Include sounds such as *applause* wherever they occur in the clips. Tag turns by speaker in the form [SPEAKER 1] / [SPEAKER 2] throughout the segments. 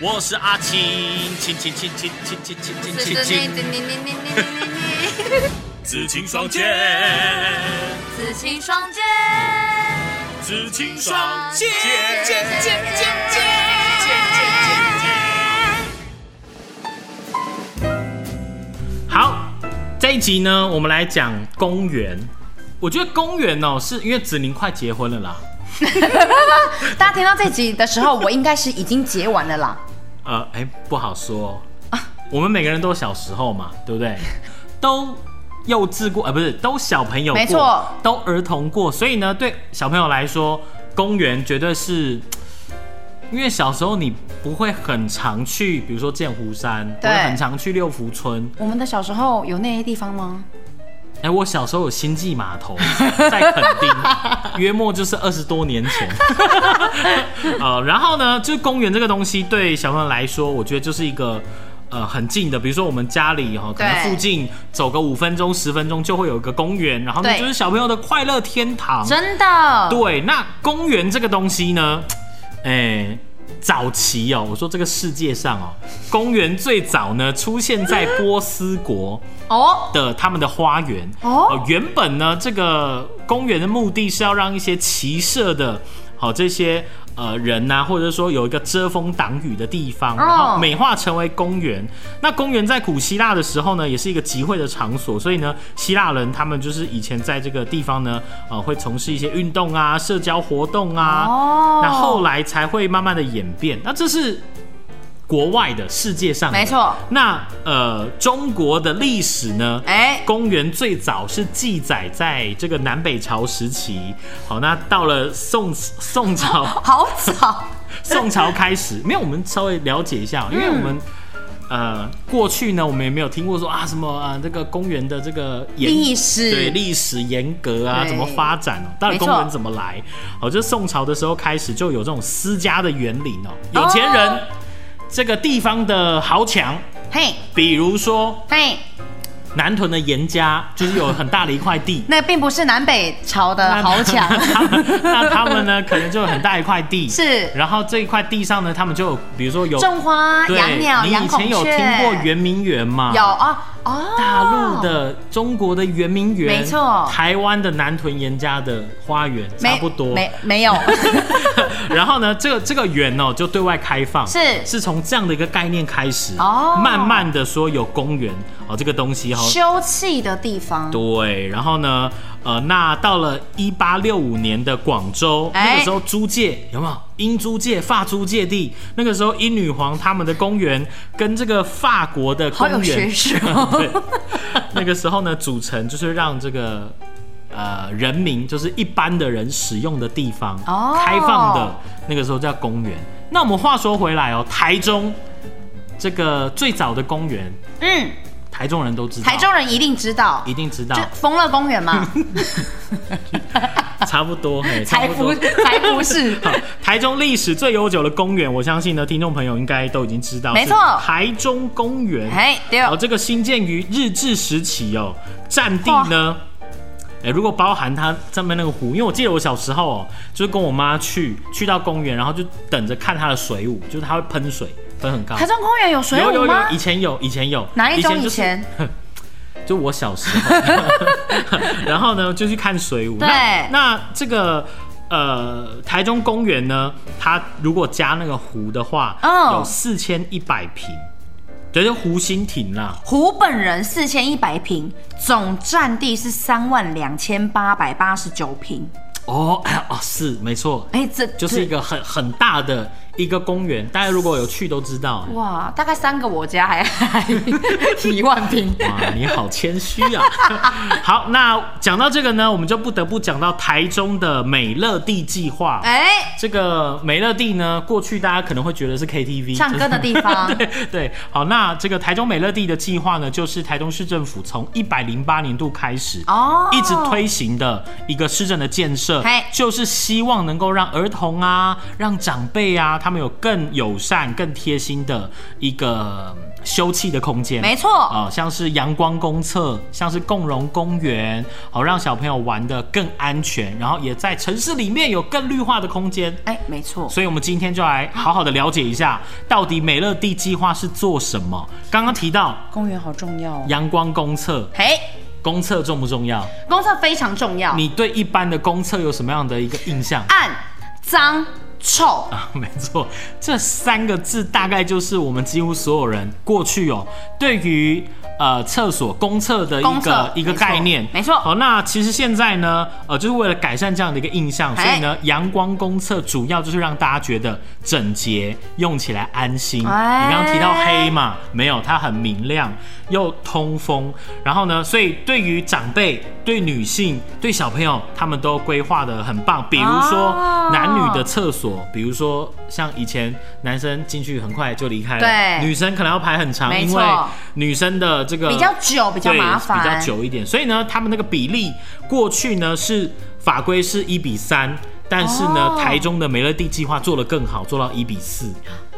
[SPEAKER 1] 我是阿青，青青青青青青青青青青，紫青双剑，
[SPEAKER 2] 紫青双剑，
[SPEAKER 1] 紫青
[SPEAKER 2] 双
[SPEAKER 1] 剑
[SPEAKER 2] 剑
[SPEAKER 1] 剑剑剑剑剑剑。好，这一集呢，我们来讲公园。我觉得公园哦、是因为子宁快结婚了啦。
[SPEAKER 3] 大家听到这集的时候，我应该是已经结完了啦。
[SPEAKER 1] 呃，哎、不好说、
[SPEAKER 3] 啊
[SPEAKER 1] *laughs* 我们每个人都有小时候嘛，对不对？都幼稚过，呃，不是，都小朋友过，
[SPEAKER 3] 没错
[SPEAKER 1] 都儿童过。所以呢，对小朋友来说，公园绝对是，因为小时候你不会很常去，比如说剑湖山，不
[SPEAKER 3] 对
[SPEAKER 1] 会很常去六福村。
[SPEAKER 3] 我们的小时候有那些地方吗？
[SPEAKER 1] 哎、我小时候有星际码头在垦丁，约莫就是二十多年前。 *laughs* 呃，然后呢，就是公园这个东西对小朋友来说，我觉得就是一个。呃，很近的，比如说我们家里哈、哦，可能
[SPEAKER 3] 对
[SPEAKER 1] 附近走个五分钟、十分钟就会有一个公园，然后呢
[SPEAKER 3] 对
[SPEAKER 1] 就是小朋友的快乐天堂。
[SPEAKER 3] 真的，
[SPEAKER 1] 对，那公园这个东西呢，哎、早期哦，我说这个世界上哦，公园最早呢出现在波斯国。
[SPEAKER 3] 哦，
[SPEAKER 1] 的他们的花园。
[SPEAKER 3] 哦
[SPEAKER 1] 呃原本呢，这个公园的目的是要让一些骑射的，好、这些呃人呐、或者说有一个遮风挡雨的地方，然
[SPEAKER 3] 哦
[SPEAKER 1] 后美化成为公园。那公园在古希腊的时候呢，也是一个集会的场所，所以呢，希腊人他们就是以前在这个地方呢，呃，会从事一些运动啊、社交活动啊，
[SPEAKER 3] 哦
[SPEAKER 1] 那后来才会慢慢的演变。那这是。国外的世界上的
[SPEAKER 3] 没错
[SPEAKER 1] 那呃，中国的历史呢？
[SPEAKER 3] 哎
[SPEAKER 1] 公园最早是记载在这个南北朝时期。好，那到了宋宋朝， *laughs*
[SPEAKER 3] 好早，
[SPEAKER 1] 宋朝开始，没有我们稍微了解一下，啊
[SPEAKER 3] 嗯
[SPEAKER 1] 因为我们。呃，过去呢，我们也没有听过说啊什么啊，这个公园的这个严
[SPEAKER 3] 历史
[SPEAKER 1] 对历史严格啊，
[SPEAKER 3] 对
[SPEAKER 1] 怎么发展哦、到底
[SPEAKER 3] 没
[SPEAKER 1] 公
[SPEAKER 3] 错
[SPEAKER 1] 园怎么来？哦，就是宋朝的时候开始就有这种私家的园林哦，有钱人、
[SPEAKER 3] 哦
[SPEAKER 1] 这个地方的豪强，
[SPEAKER 3] 嘿，
[SPEAKER 1] 比如说
[SPEAKER 3] 嘿，
[SPEAKER 1] 南屯的严家，就是有很大的一块地
[SPEAKER 3] *laughs* 。那并不是南北朝的
[SPEAKER 1] 那，
[SPEAKER 3] 豪强
[SPEAKER 1] 他们 *laughs* 那他们呢，可能就有很大一块地。
[SPEAKER 3] 是
[SPEAKER 1] 然后这一块地上呢，他们就有，比如说有
[SPEAKER 3] 种花、
[SPEAKER 1] 对
[SPEAKER 3] 养鸟、
[SPEAKER 1] 你
[SPEAKER 3] 养
[SPEAKER 1] 以
[SPEAKER 3] 孔
[SPEAKER 1] 前
[SPEAKER 3] 雀。
[SPEAKER 1] 有听过圆明园吗？
[SPEAKER 3] 有。啊，哦，
[SPEAKER 1] 大陆的中国的圆明园，
[SPEAKER 3] 没错
[SPEAKER 1] 台湾的南屯严家的花园
[SPEAKER 3] 没
[SPEAKER 1] 差不多。
[SPEAKER 3] 没没有，
[SPEAKER 1] *laughs* 然后呢，这个这个园哦，就对外开放，
[SPEAKER 3] 是
[SPEAKER 1] 是从这样的一个概念开始，
[SPEAKER 3] 哦
[SPEAKER 1] 慢慢的说有公园哦这个东西哈、哦，
[SPEAKER 3] 休憩的地方。
[SPEAKER 1] 对，然后呢，呃，那到了一八六五年的广州，
[SPEAKER 3] 哎
[SPEAKER 1] 那个时候租界有没有英租界、法租界地？那个时候英女皇他们的公园跟这个法国的公
[SPEAKER 3] 好有
[SPEAKER 1] 园，
[SPEAKER 3] 学识哦
[SPEAKER 1] *laughs* 对，那个时候呢，组成就是让这个。呃，人民就是一般的人使用的地方，
[SPEAKER 3] 哦
[SPEAKER 1] 开放的那个时候叫公园。那我们话说回来哦，台中这个最早的公园，
[SPEAKER 3] 嗯，
[SPEAKER 1] 台中人都知道，
[SPEAKER 3] 台中人一定知道，
[SPEAKER 1] 一定知道
[SPEAKER 3] 就，丰乐公
[SPEAKER 1] *laughs*
[SPEAKER 3] 园嘛， *laughs*
[SPEAKER 1] 差不多，嘿，
[SPEAKER 3] 才
[SPEAKER 1] 差
[SPEAKER 3] 不
[SPEAKER 1] 多。
[SPEAKER 3] 才不是。
[SPEAKER 1] *laughs* 好，台中历史最悠久的公园，我相信呢，听众朋友应该都已经知道，
[SPEAKER 3] 没错
[SPEAKER 1] 是台中公园。
[SPEAKER 3] 嘿，对
[SPEAKER 1] 哦，这个兴建于日治时期哦，占地呢，哎，如果包含它上面那个湖，因为我记得我小时候哦，就是跟我妈去去到公园，然后就等着看它的水舞，就是它会喷水，喷很高。
[SPEAKER 3] 台中公园有水
[SPEAKER 1] 有
[SPEAKER 3] 舞
[SPEAKER 1] 有有
[SPEAKER 3] 吗，
[SPEAKER 1] 以？前有，以前有，
[SPEAKER 3] 哪一种以
[SPEAKER 1] 就是
[SPEAKER 3] 前？
[SPEAKER 1] 就我小时候， *laughs* 然后呢就去看水舞。
[SPEAKER 3] 对
[SPEAKER 1] 那那这个呃台中公园呢，它如果加那个湖的话，
[SPEAKER 3] 嗯
[SPEAKER 1] 有四千一百平，对，就湖心亭啦。
[SPEAKER 3] 湖本人四千一百平，总占地是三万两千八百八十九平。
[SPEAKER 1] 哦 *coughs* 哎哦，是没错，
[SPEAKER 3] 哎，这
[SPEAKER 1] 就是一个很很大的一个公园，大家如果有去都知道
[SPEAKER 3] 这。哇，大概三个我家还 *laughs* 还一万
[SPEAKER 1] *laughs*
[SPEAKER 3] 平。
[SPEAKER 1] 哇，你好谦虚啊！ *laughs* 好，那讲到这个呢，我们就不得不讲到台中的美乐地计划。
[SPEAKER 3] 哎，
[SPEAKER 1] 这个美乐地呢，过去大家可能会觉得是 KTV
[SPEAKER 3] 唱歌的地方
[SPEAKER 1] *laughs* 对对，好，那这个台中美乐地的计划呢，就是台中市政府从一百零八年度开始。
[SPEAKER 3] 哦，
[SPEAKER 1] 一直推行的一个市政的建设
[SPEAKER 3] 嘿，
[SPEAKER 1] 就是希望能够让儿童啊、让长辈啊，他们有更友善、更贴心的一个休憩的空间。
[SPEAKER 3] 没错，
[SPEAKER 1] 啊、像是阳光公厕，像是共融公园，好、让小朋友玩的更安全，然后也在城市里面有更绿化的空间。
[SPEAKER 3] 哎，没错，
[SPEAKER 1] 所以，我们今天就来好好的了解一下，到底美乐蒂计划是做什么。刚刚提到
[SPEAKER 3] 公园好重要哦。
[SPEAKER 1] 阳光公厕，
[SPEAKER 3] 嘿，
[SPEAKER 1] 公厕重不重要？
[SPEAKER 3] 公厕非常重要，
[SPEAKER 1] 你对一般的公厕有什么样的一个印象？
[SPEAKER 3] 暗、脏、臭，
[SPEAKER 1] 啊，没错，这三个字大概就是我们几乎所有人过去哦，对于呃厕所公厕的一
[SPEAKER 3] 公
[SPEAKER 1] 个
[SPEAKER 3] 厕
[SPEAKER 1] 一个
[SPEAKER 3] 没错
[SPEAKER 1] 概念，
[SPEAKER 3] 没错
[SPEAKER 1] 好，那其实现在呢，呃，就是为了改善这样的一个印象，所以
[SPEAKER 3] 哎
[SPEAKER 1] 呢，阳光公厕主要就是让大家觉得整洁，用起来安心。
[SPEAKER 3] 哎
[SPEAKER 1] 你刚刚提到黑嘛，没有，它很明亮又通风。然后呢，所以对于长辈、对女性、对小朋友，他们都规划的很棒。比如说
[SPEAKER 3] 哦
[SPEAKER 1] 男女的厕所，比如说像以前男生进去很快就离开了，
[SPEAKER 3] 对
[SPEAKER 1] 女生可能要排很长，
[SPEAKER 3] 没
[SPEAKER 1] 因
[SPEAKER 3] 错
[SPEAKER 1] 为女生的这个
[SPEAKER 3] 比较久，比较
[SPEAKER 1] 对
[SPEAKER 3] 麻烦，
[SPEAKER 1] 比较久一点。所以呢，他们那个比例过去呢是法规是一比三。但是呢，
[SPEAKER 3] 哦
[SPEAKER 1] 台中的美乐蒂计划做得更好，做到一比四。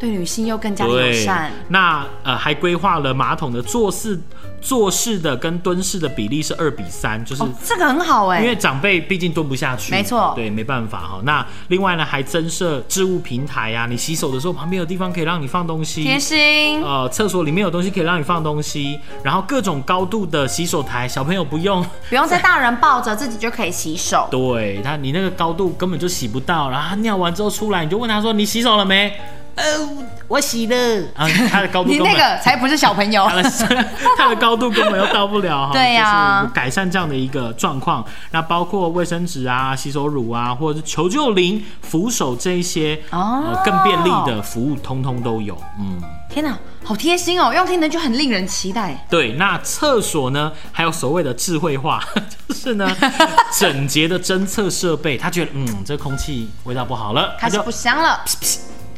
[SPEAKER 3] 对女性又更加友
[SPEAKER 1] 对，
[SPEAKER 3] 善。
[SPEAKER 1] 那呃，还规划了马桶的坐式、坐式的跟蹲式的比例是二比三，就是。
[SPEAKER 3] 哦，这个很好哎、
[SPEAKER 1] 因为长辈毕竟蹲不下去，
[SPEAKER 3] 没错
[SPEAKER 1] 对，没办法哈。那另外呢，还增设置物平台啊，你洗手的时候旁边有地方可以让你放东西，
[SPEAKER 3] 贴心，
[SPEAKER 1] 呃，厕所里面有东西可以让你放东西，然后各种高度的洗手台，小朋友不用，
[SPEAKER 3] 不用再大人抱着自己就可以
[SPEAKER 1] *laughs*
[SPEAKER 3] 洗手。
[SPEAKER 1] 对他，你那个高度根本就洗不到，然后他尿完之后出来，你就问他说你洗手了没？呃，
[SPEAKER 3] 哦
[SPEAKER 1] 我洗了。啊，他的
[SPEAKER 3] *laughs*
[SPEAKER 1] 高度
[SPEAKER 3] 你
[SPEAKER 1] 根本
[SPEAKER 3] 那个才不是小朋友，
[SPEAKER 1] 他的 *laughs* 他的高度根本又到不了哈。
[SPEAKER 3] *laughs* 对啊呀
[SPEAKER 1] 就是改善这样的一个状况。那包括卫生纸啊、洗手乳啊，或者是求救铃、扶手这一些、
[SPEAKER 3] 哦
[SPEAKER 1] 呃更便利的服务，通通都有。嗯，
[SPEAKER 3] 天哪，好贴心哦！用听的就很令人期待。
[SPEAKER 1] 对。那厕所呢，还有所谓的智慧化， *laughs* 就是
[SPEAKER 3] *laughs*
[SPEAKER 1] 呢整洁的侦测设备，他觉得嗯这空气味道不好了，他
[SPEAKER 3] 开始
[SPEAKER 1] 就
[SPEAKER 3] 不香了，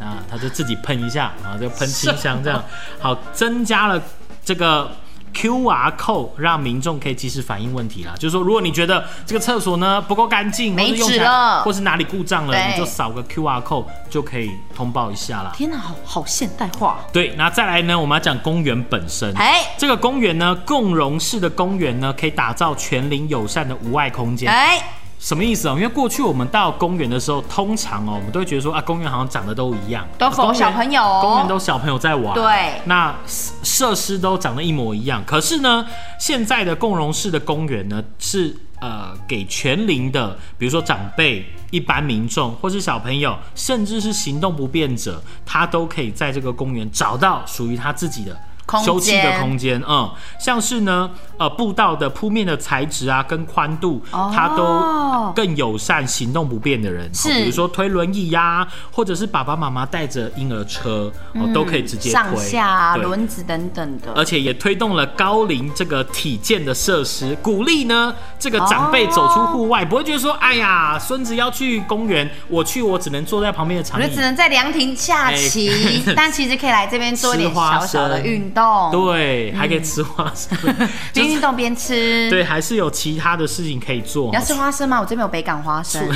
[SPEAKER 1] 啊，他就自己喷一下啊，就喷清香这样。好，增加了这个 QR code，让民众可以及时反映问题啦。就是说，如果你觉得这个厕所呢不够干净，或
[SPEAKER 3] 没
[SPEAKER 1] 是用
[SPEAKER 3] 纸
[SPEAKER 1] 起来
[SPEAKER 3] 了
[SPEAKER 1] 或是哪里故障了，
[SPEAKER 3] 对
[SPEAKER 1] 你就扫个 QR code 就可以通报一下啦。
[SPEAKER 3] 天哪，好好现代化。
[SPEAKER 1] 对，那再来呢，我们要讲公园本身。
[SPEAKER 3] 哎
[SPEAKER 1] 这个公园呢，共融式的公园呢，可以打造全龄友善的无碍空间。
[SPEAKER 3] 哎，
[SPEAKER 1] 什么意思啊？因为过去我们到公园的时候，通常哦，我们都会觉得说啊，公园好像长得都一样，啊
[SPEAKER 3] 都
[SPEAKER 1] 公园
[SPEAKER 3] 小朋友哦
[SPEAKER 1] 公园都小朋友在玩，
[SPEAKER 3] 对
[SPEAKER 1] 那设设施都长得一模一样。可是呢，现在的共融式的公园呢，是呃给全龄的，比如说长辈、一般民众或是小朋友，甚至是行动不便者，他都可以在这个公园找到属于他自己的
[SPEAKER 3] 空间
[SPEAKER 1] 休憩的空间，嗯，像是呢，呃，步道的铺面的材质啊，跟宽度，
[SPEAKER 3] 哦
[SPEAKER 1] 它都更友善行动不便的人，哦
[SPEAKER 3] 是
[SPEAKER 1] 比如说推轮椅呀、或者是爸爸妈妈带着婴儿车，哦，都可以直接推
[SPEAKER 3] 嗯上下啊
[SPEAKER 1] 对
[SPEAKER 3] 轮子等等的。
[SPEAKER 1] 而且也推动了高龄这个体健的设施，鼓励呢这
[SPEAKER 3] 哦
[SPEAKER 1] 个长辈走出户外，不会觉得说，哎呀，孙子要去公园，我去我只能坐在旁边的长
[SPEAKER 3] 我
[SPEAKER 1] 椅
[SPEAKER 3] 就只能在凉亭下棋，
[SPEAKER 1] *laughs*
[SPEAKER 3] 但其实可以来这边做一点
[SPEAKER 1] 吃花
[SPEAKER 3] 小小的
[SPEAKER 1] 生
[SPEAKER 3] 运动，，
[SPEAKER 1] 哎
[SPEAKER 3] 嗯
[SPEAKER 1] 对，还可以吃花
[SPEAKER 3] *laughs*
[SPEAKER 1] 生，就
[SPEAKER 3] 边
[SPEAKER 1] 是
[SPEAKER 3] 运动边吃。
[SPEAKER 1] 对，，还是有其他的事情可以做。哦
[SPEAKER 3] 你要吃花生吗？我这边有北港花生，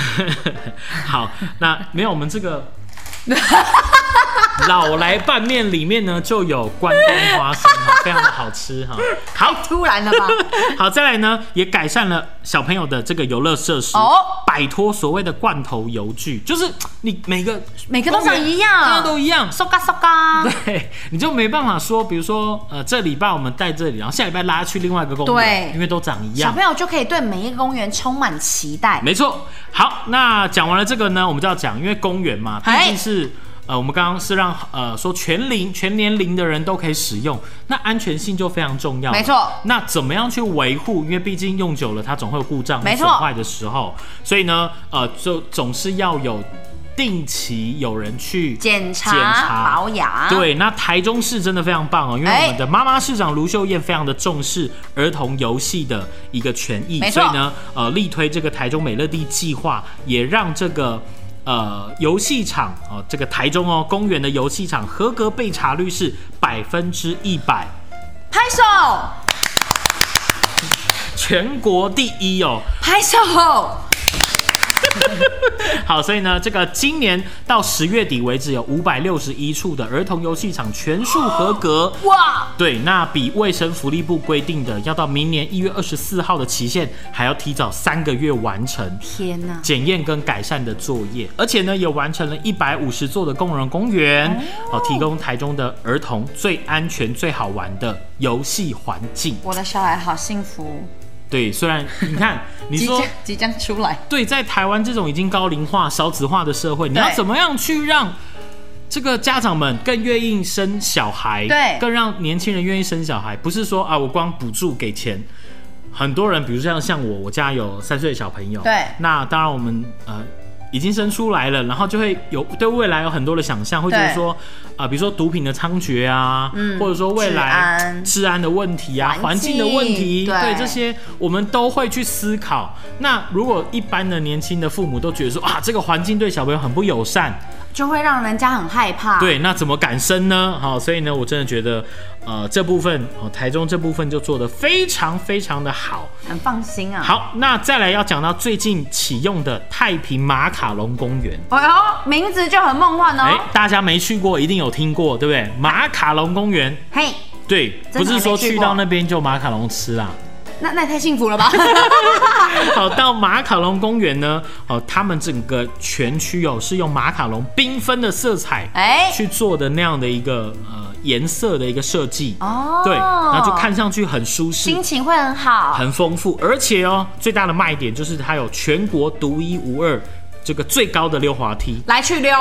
[SPEAKER 1] *laughs* 好，那没有我们这
[SPEAKER 3] *laughs*
[SPEAKER 1] 个老来拌面里面呢，就有关东花生哈， *laughs* 非常的好吃哈。好，
[SPEAKER 3] 突然了吧？
[SPEAKER 1] *laughs* 好，再来呢，也改善了小朋友的这个游乐设施
[SPEAKER 3] 哦
[SPEAKER 1] 摆脱所谓的罐头游具，就是你每个
[SPEAKER 3] 每个都长一样
[SPEAKER 1] 大家都一样。 *laughs*
[SPEAKER 3] 收嘎收嘎，
[SPEAKER 1] 对，你就没办法说，比如说，呃，这礼拜我们带这里，然后下礼拜拉去另外一个公园，
[SPEAKER 3] 对
[SPEAKER 1] 因为都长一
[SPEAKER 3] 小
[SPEAKER 1] 样
[SPEAKER 3] 朋。友就可以对每一个公园充满期待。
[SPEAKER 1] 没错。好，那讲完了这个呢，我们就要讲，因为公园嘛，毕
[SPEAKER 3] 哎
[SPEAKER 1] 竟是呃，我们刚刚是让呃说全龄、全年龄的人都可以使用，那安全性就非常重要。
[SPEAKER 3] 没错。
[SPEAKER 1] 那怎么样去维护？因为毕竟用久了，它总会有故障、
[SPEAKER 3] 没错
[SPEAKER 1] 损坏的时候，所以呢，呃，就总是要有定期有人去
[SPEAKER 3] 检查
[SPEAKER 1] 检查
[SPEAKER 3] 保养，，
[SPEAKER 1] 对，那台中市真的非常棒哦，因为
[SPEAKER 3] 哎
[SPEAKER 1] 我们的妈妈市长卢秀燕非常的重视儿童游戏的一个权益，
[SPEAKER 3] 没
[SPEAKER 1] 所
[SPEAKER 3] 错
[SPEAKER 1] 以呢，呃，力推这个台中美乐蒂计划，也让这个。呃，游戏场哦，这个台中哦，公园的游戏场合格被查率是百分之一百，
[SPEAKER 3] 拍手
[SPEAKER 1] 全国第一哦。 *laughs*
[SPEAKER 3] 拍手，
[SPEAKER 1] 好，所以呢，这个今年到十月底为止，有五百六十一处的儿童游戏场全数合格。
[SPEAKER 3] 哇，
[SPEAKER 1] 对，那比卫生福利部规定的要到明年一月二十四号的期限，还要提早三个月完成。
[SPEAKER 3] 天哪！
[SPEAKER 1] 检验跟改善的作业，而且呢，也完成了一百五十座的工人公园，哦，提供台中的儿童最安全、最好玩的游戏环境。
[SPEAKER 3] 我的小孩好幸福，
[SPEAKER 1] 对，虽然你看，你
[SPEAKER 3] 即
[SPEAKER 1] 说
[SPEAKER 3] 将即将出来，
[SPEAKER 1] 对，在台湾这种已经高龄化、少子化的社会，你要
[SPEAKER 3] 对
[SPEAKER 1] 怎么样去让这个家长们更愿意生小孩？
[SPEAKER 3] 对
[SPEAKER 1] 更让年轻人愿意生小孩，不是说啊，我光补助给钱。很多人，比如像像我，我家有三岁的小朋友，
[SPEAKER 3] 对
[SPEAKER 1] 那当然我们呃已经生出来了，然后就会有对未来有很多的想象，会觉得
[SPEAKER 3] 对
[SPEAKER 1] 说啊、比如说毒品的猖獗啊，
[SPEAKER 3] 嗯
[SPEAKER 1] 或者说未
[SPEAKER 3] 治
[SPEAKER 1] 来
[SPEAKER 3] 安
[SPEAKER 1] 治安的问题啊，环
[SPEAKER 3] 环
[SPEAKER 1] 境的问题，
[SPEAKER 3] 境对
[SPEAKER 1] 这些。这些我们都会去思考。那如果一般的年轻的父母都觉得说啊，这个环境对小朋友很不友善，
[SPEAKER 3] 就会让人家很害怕。，
[SPEAKER 1] 对，那怎么敢生呢？好，所以呢，我真的觉得，呃，这部分哦，台中这部分就做得非常非常的好。
[SPEAKER 3] 很放心啊。，
[SPEAKER 1] 好，那再来要讲到最近启用的太平马卡龙公园。
[SPEAKER 3] 哎呦，名字就很梦幻
[SPEAKER 1] 哎、
[SPEAKER 3] 哦。
[SPEAKER 1] 大家没去过，一定有听过，对不对？马卡龙公园，
[SPEAKER 3] 嘿，
[SPEAKER 1] 对，不
[SPEAKER 3] 真的
[SPEAKER 1] 是
[SPEAKER 3] 还没
[SPEAKER 1] 说
[SPEAKER 3] 去
[SPEAKER 1] 去
[SPEAKER 3] 过
[SPEAKER 1] 到那边就马卡龙吃啦，
[SPEAKER 3] 那那也太幸
[SPEAKER 1] *laughs*
[SPEAKER 3] 福了吧？
[SPEAKER 1] 好，到马卡龙公园呢，哦，他们整个全区哦是用马卡龙缤纷的色彩
[SPEAKER 3] 哎，
[SPEAKER 1] 去做的那样的一个呃颜色的一个设计，
[SPEAKER 3] 哦，
[SPEAKER 1] 对，然后就看上去很舒适。
[SPEAKER 3] 心情会很好。
[SPEAKER 1] 很丰富，而且哦，最大的卖点就是它有全国独一无二这个最高的溜滑梯，
[SPEAKER 3] 来去溜，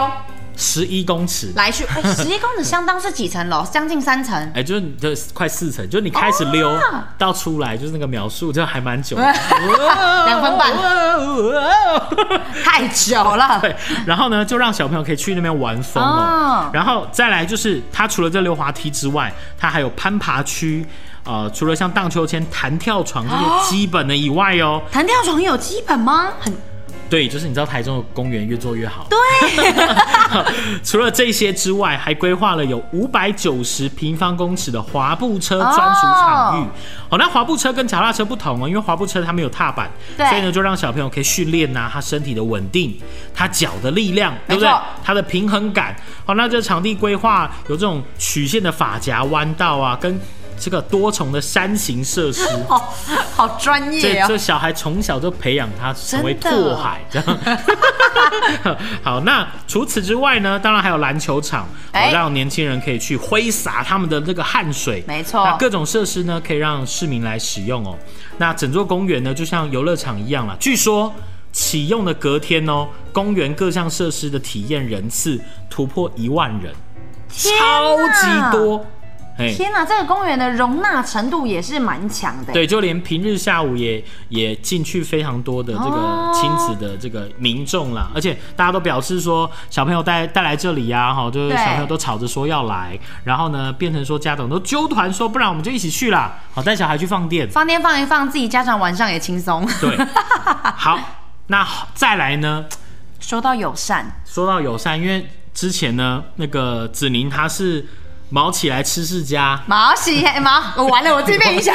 [SPEAKER 1] 十一公尺，
[SPEAKER 3] 来去，
[SPEAKER 1] *laughs*
[SPEAKER 3] 哎，十一公尺相当是几层楼？将近三层。
[SPEAKER 1] 哎，就是你这快四层，就是你开始溜、
[SPEAKER 3] 哦
[SPEAKER 1] 到出来，就是那个秒数，就还蛮久的，
[SPEAKER 3] 哦
[SPEAKER 1] 哦
[SPEAKER 3] 两分半
[SPEAKER 1] 半。
[SPEAKER 3] 太久了。
[SPEAKER 1] *laughs* 对，然后呢，就让小朋友可以去那边玩疯哦。
[SPEAKER 3] 哦
[SPEAKER 1] 然后再来就是，它除了这溜滑梯之外，它还有攀爬区，呃，除了像荡秋千、弹跳床这些基本的以外哦，
[SPEAKER 3] 弹跳床有基本吗？很
[SPEAKER 1] 对，就是你知道台中的公园越做越好。
[SPEAKER 3] 对，
[SPEAKER 1] *laughs* 除了这些之外，还规划了有五百九十平方公尺的滑步车专属场域。哦，那滑步车跟脚踏车不同哦，因为滑步车它没有踏板，
[SPEAKER 3] 对
[SPEAKER 1] 所以呢就让小朋友可以训练呐，他身体的稳定，他脚的力量，对不对
[SPEAKER 3] 没错？
[SPEAKER 1] 他的平衡感。好、那这场地规划有这种曲线的发夹弯道啊，跟这个多重的山形设施。
[SPEAKER 3] 哦，好专
[SPEAKER 1] 嗯这
[SPEAKER 3] 业哦。
[SPEAKER 1] 这小孩从小就培养他成为
[SPEAKER 3] 真的
[SPEAKER 1] 拓海，这样。 *laughs* 好，那除此之外呢，当然还有篮球场，哦
[SPEAKER 3] 哎
[SPEAKER 1] 让年轻人可以去挥洒他们的那个汗水。
[SPEAKER 3] 没错
[SPEAKER 1] 那各种设施呢，可以让市民来使用哦。那整座公园呢，就像游乐场一样啦。据说启用的隔天哦，公园各项设施的体验人次突破一万人，超级
[SPEAKER 3] 哪
[SPEAKER 1] 多。哎
[SPEAKER 3] 啊天哪、这个公园的容纳程度也是蛮强的。，欸
[SPEAKER 1] 对，就连平日下午也也进去非常多的这个
[SPEAKER 3] 哦
[SPEAKER 1] 亲子的这个民众啦，而且大家都表示说，小朋友带带来这里呀、哈，就是
[SPEAKER 3] 对
[SPEAKER 1] 小朋友都吵着说要来，然后呢，变成说家长都纠团说，不然我们就一起去啦，好带小孩去放电。
[SPEAKER 3] 放电放一放，自己家长晚上也轻松。
[SPEAKER 1] 对，好，那再来呢？
[SPEAKER 3] *laughs* 说到友善，
[SPEAKER 1] 说到友善，因为之前呢，那个子宁她是毛起来吃世家，
[SPEAKER 3] 毛喜毛，我完了，我
[SPEAKER 1] *laughs*
[SPEAKER 3] 这边影响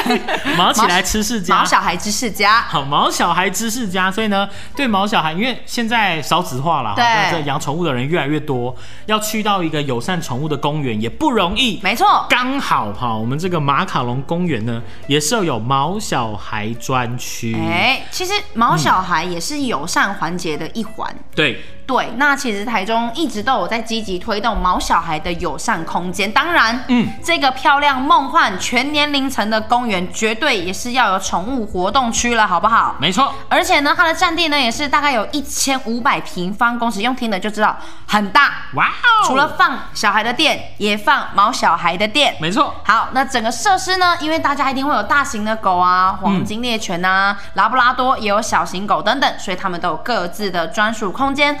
[SPEAKER 1] 毛起来吃世家，
[SPEAKER 3] 毛小孩之世家，
[SPEAKER 1] 好，毛小孩知识家，所以呢，对毛小孩，因为现在少子化了，
[SPEAKER 3] 对
[SPEAKER 1] 那这养宠物的人越来越多，要去到一个友善宠物的公园也不容易。
[SPEAKER 3] 没错，
[SPEAKER 1] 刚好哈，我们这个马卡龙公园呢，也设有毛小孩专区。
[SPEAKER 3] 哎、其实毛小孩也是友善环节的一环。
[SPEAKER 1] 对，
[SPEAKER 3] 对，那其实台中一直都有在积极推动毛小孩的友善空间。当然，
[SPEAKER 1] 嗯
[SPEAKER 3] 嗯，这个漂亮梦幻全年龄层的公园，绝对也是要有宠物活动区了，好不好？
[SPEAKER 1] 没错，
[SPEAKER 3] 而且呢，它的占地呢也是大概有一千五百平方公尺，用听的就知道很大。
[SPEAKER 1] 哇哦，
[SPEAKER 3] 除了放小孩的店，也放毛小孩的店。
[SPEAKER 1] 没错，
[SPEAKER 3] 好，那整个设施呢？因为大家一定会有大型的狗啊，黄金猎犬啊，拉布拉多，也有小型狗等等，所以他们都有各自的专属空间。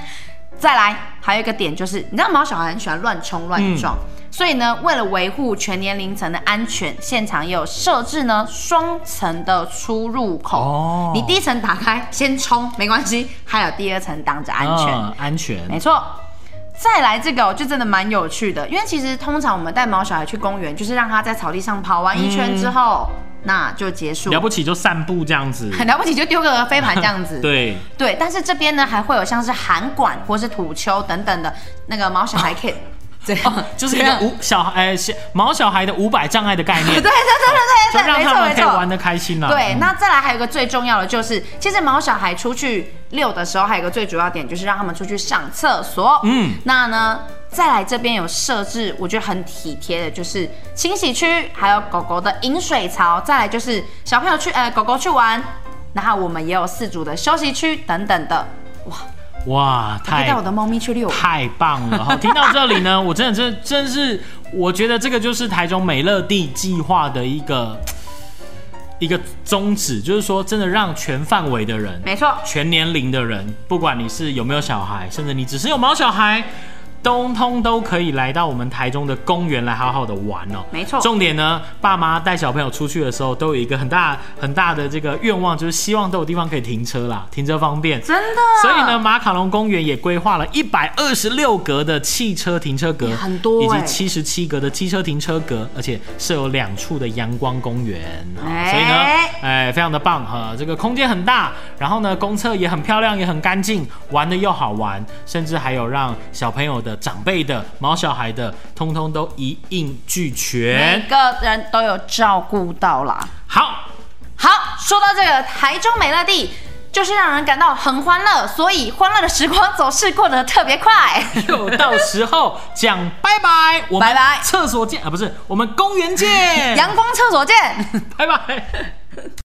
[SPEAKER 3] 再来，还有一个点就是，你知道毛小孩很喜欢乱冲乱撞。所以呢，为了维护全年龄层的安全，现场也有设置呢双层的出入口。
[SPEAKER 1] 哦
[SPEAKER 3] 你第一层打开先冲没关系，还有第二层挡着安全。
[SPEAKER 1] 嗯安全
[SPEAKER 3] 没错。再来这个哦就真的蛮有趣的，因为其实通常我们带毛小孩去公园，就是让他在草地上跑完一圈之后，那就结
[SPEAKER 1] 嗯
[SPEAKER 3] 束。
[SPEAKER 1] 了不起就散步这样
[SPEAKER 3] *laughs*
[SPEAKER 1] 子，
[SPEAKER 3] 很了不起就丢个飞盘这样子。
[SPEAKER 1] 对，
[SPEAKER 3] 对，但是这边呢还会有像是韩馆或是土丘等等的那个毛小孩 kid，这样
[SPEAKER 1] *laughs* 就是一
[SPEAKER 3] 这
[SPEAKER 1] 个
[SPEAKER 3] 样
[SPEAKER 1] 五小孩呃小毛小孩的五百障碍的概
[SPEAKER 3] 啊 *laughs* 对
[SPEAKER 1] 念就
[SPEAKER 3] 对，对对对对，
[SPEAKER 1] 让
[SPEAKER 3] 没
[SPEAKER 1] 他
[SPEAKER 3] 错
[SPEAKER 1] 们
[SPEAKER 3] 没
[SPEAKER 1] 可以玩
[SPEAKER 3] 错。
[SPEAKER 1] 的开心啦。
[SPEAKER 3] 对，
[SPEAKER 1] 嗯
[SPEAKER 3] 那再来还有一个最重要的就是，其实毛小孩出去遛的时候，还有一个最主要点就是让他们出去上厕所。
[SPEAKER 1] 嗯，
[SPEAKER 3] 那呢，再来这边有设置，我觉得很体贴的，就是清洗区，还有狗狗的饮水槽，再来就是小朋友去呃狗狗去玩，然后我们也有四组的休息区等等的。哇，
[SPEAKER 1] 哇，
[SPEAKER 3] 我可以
[SPEAKER 1] 太
[SPEAKER 3] 带我的猫咪去遛。
[SPEAKER 1] *laughs* 太棒了！好，听到这里
[SPEAKER 3] *laughs*
[SPEAKER 1] 呢，我真的真真是，我觉得这个就是台中美乐地计划的一个一个宗旨，就是说真的让全范围的人、
[SPEAKER 3] 没错，
[SPEAKER 1] 全年龄的人，不管你是有没有小孩，甚至你只是有毛小孩。通通都可以来到我们台中的公园来好好的玩哦。
[SPEAKER 3] 没错
[SPEAKER 1] 重点呢，爸妈带小朋友出去的时候，都有一个很大很大的这个愿望，就是希望都有地方可以停车啦，停车方便。
[SPEAKER 3] 真的。
[SPEAKER 1] 所以呢，，马卡龙公园也规划了一百二十六格的汽车停车格，
[SPEAKER 3] 欸很多
[SPEAKER 1] 以及
[SPEAKER 3] 欸
[SPEAKER 1] 七十七格的机车停车格，而且设有两处的阳光公园。好
[SPEAKER 3] 哎
[SPEAKER 1] 所以呢，哎、非常的棒哈、这个空间很大，然后呢，公厕也很漂亮，也很干净，玩的又好玩，甚至还有让小朋友的、长辈的、毛小孩的，通通都一应俱全
[SPEAKER 3] 每。个人都有照顾到啦。
[SPEAKER 1] 好，
[SPEAKER 3] 好，说到这个台中美乐地。就是让人感到很欢乐，所以欢乐的时光总是过得特别快。
[SPEAKER 1] 就到时候讲拜拜，我们
[SPEAKER 3] 拜拜
[SPEAKER 1] 厕所见啊，不是我们公园见，
[SPEAKER 3] 阳光厕所见。
[SPEAKER 1] 拜拜。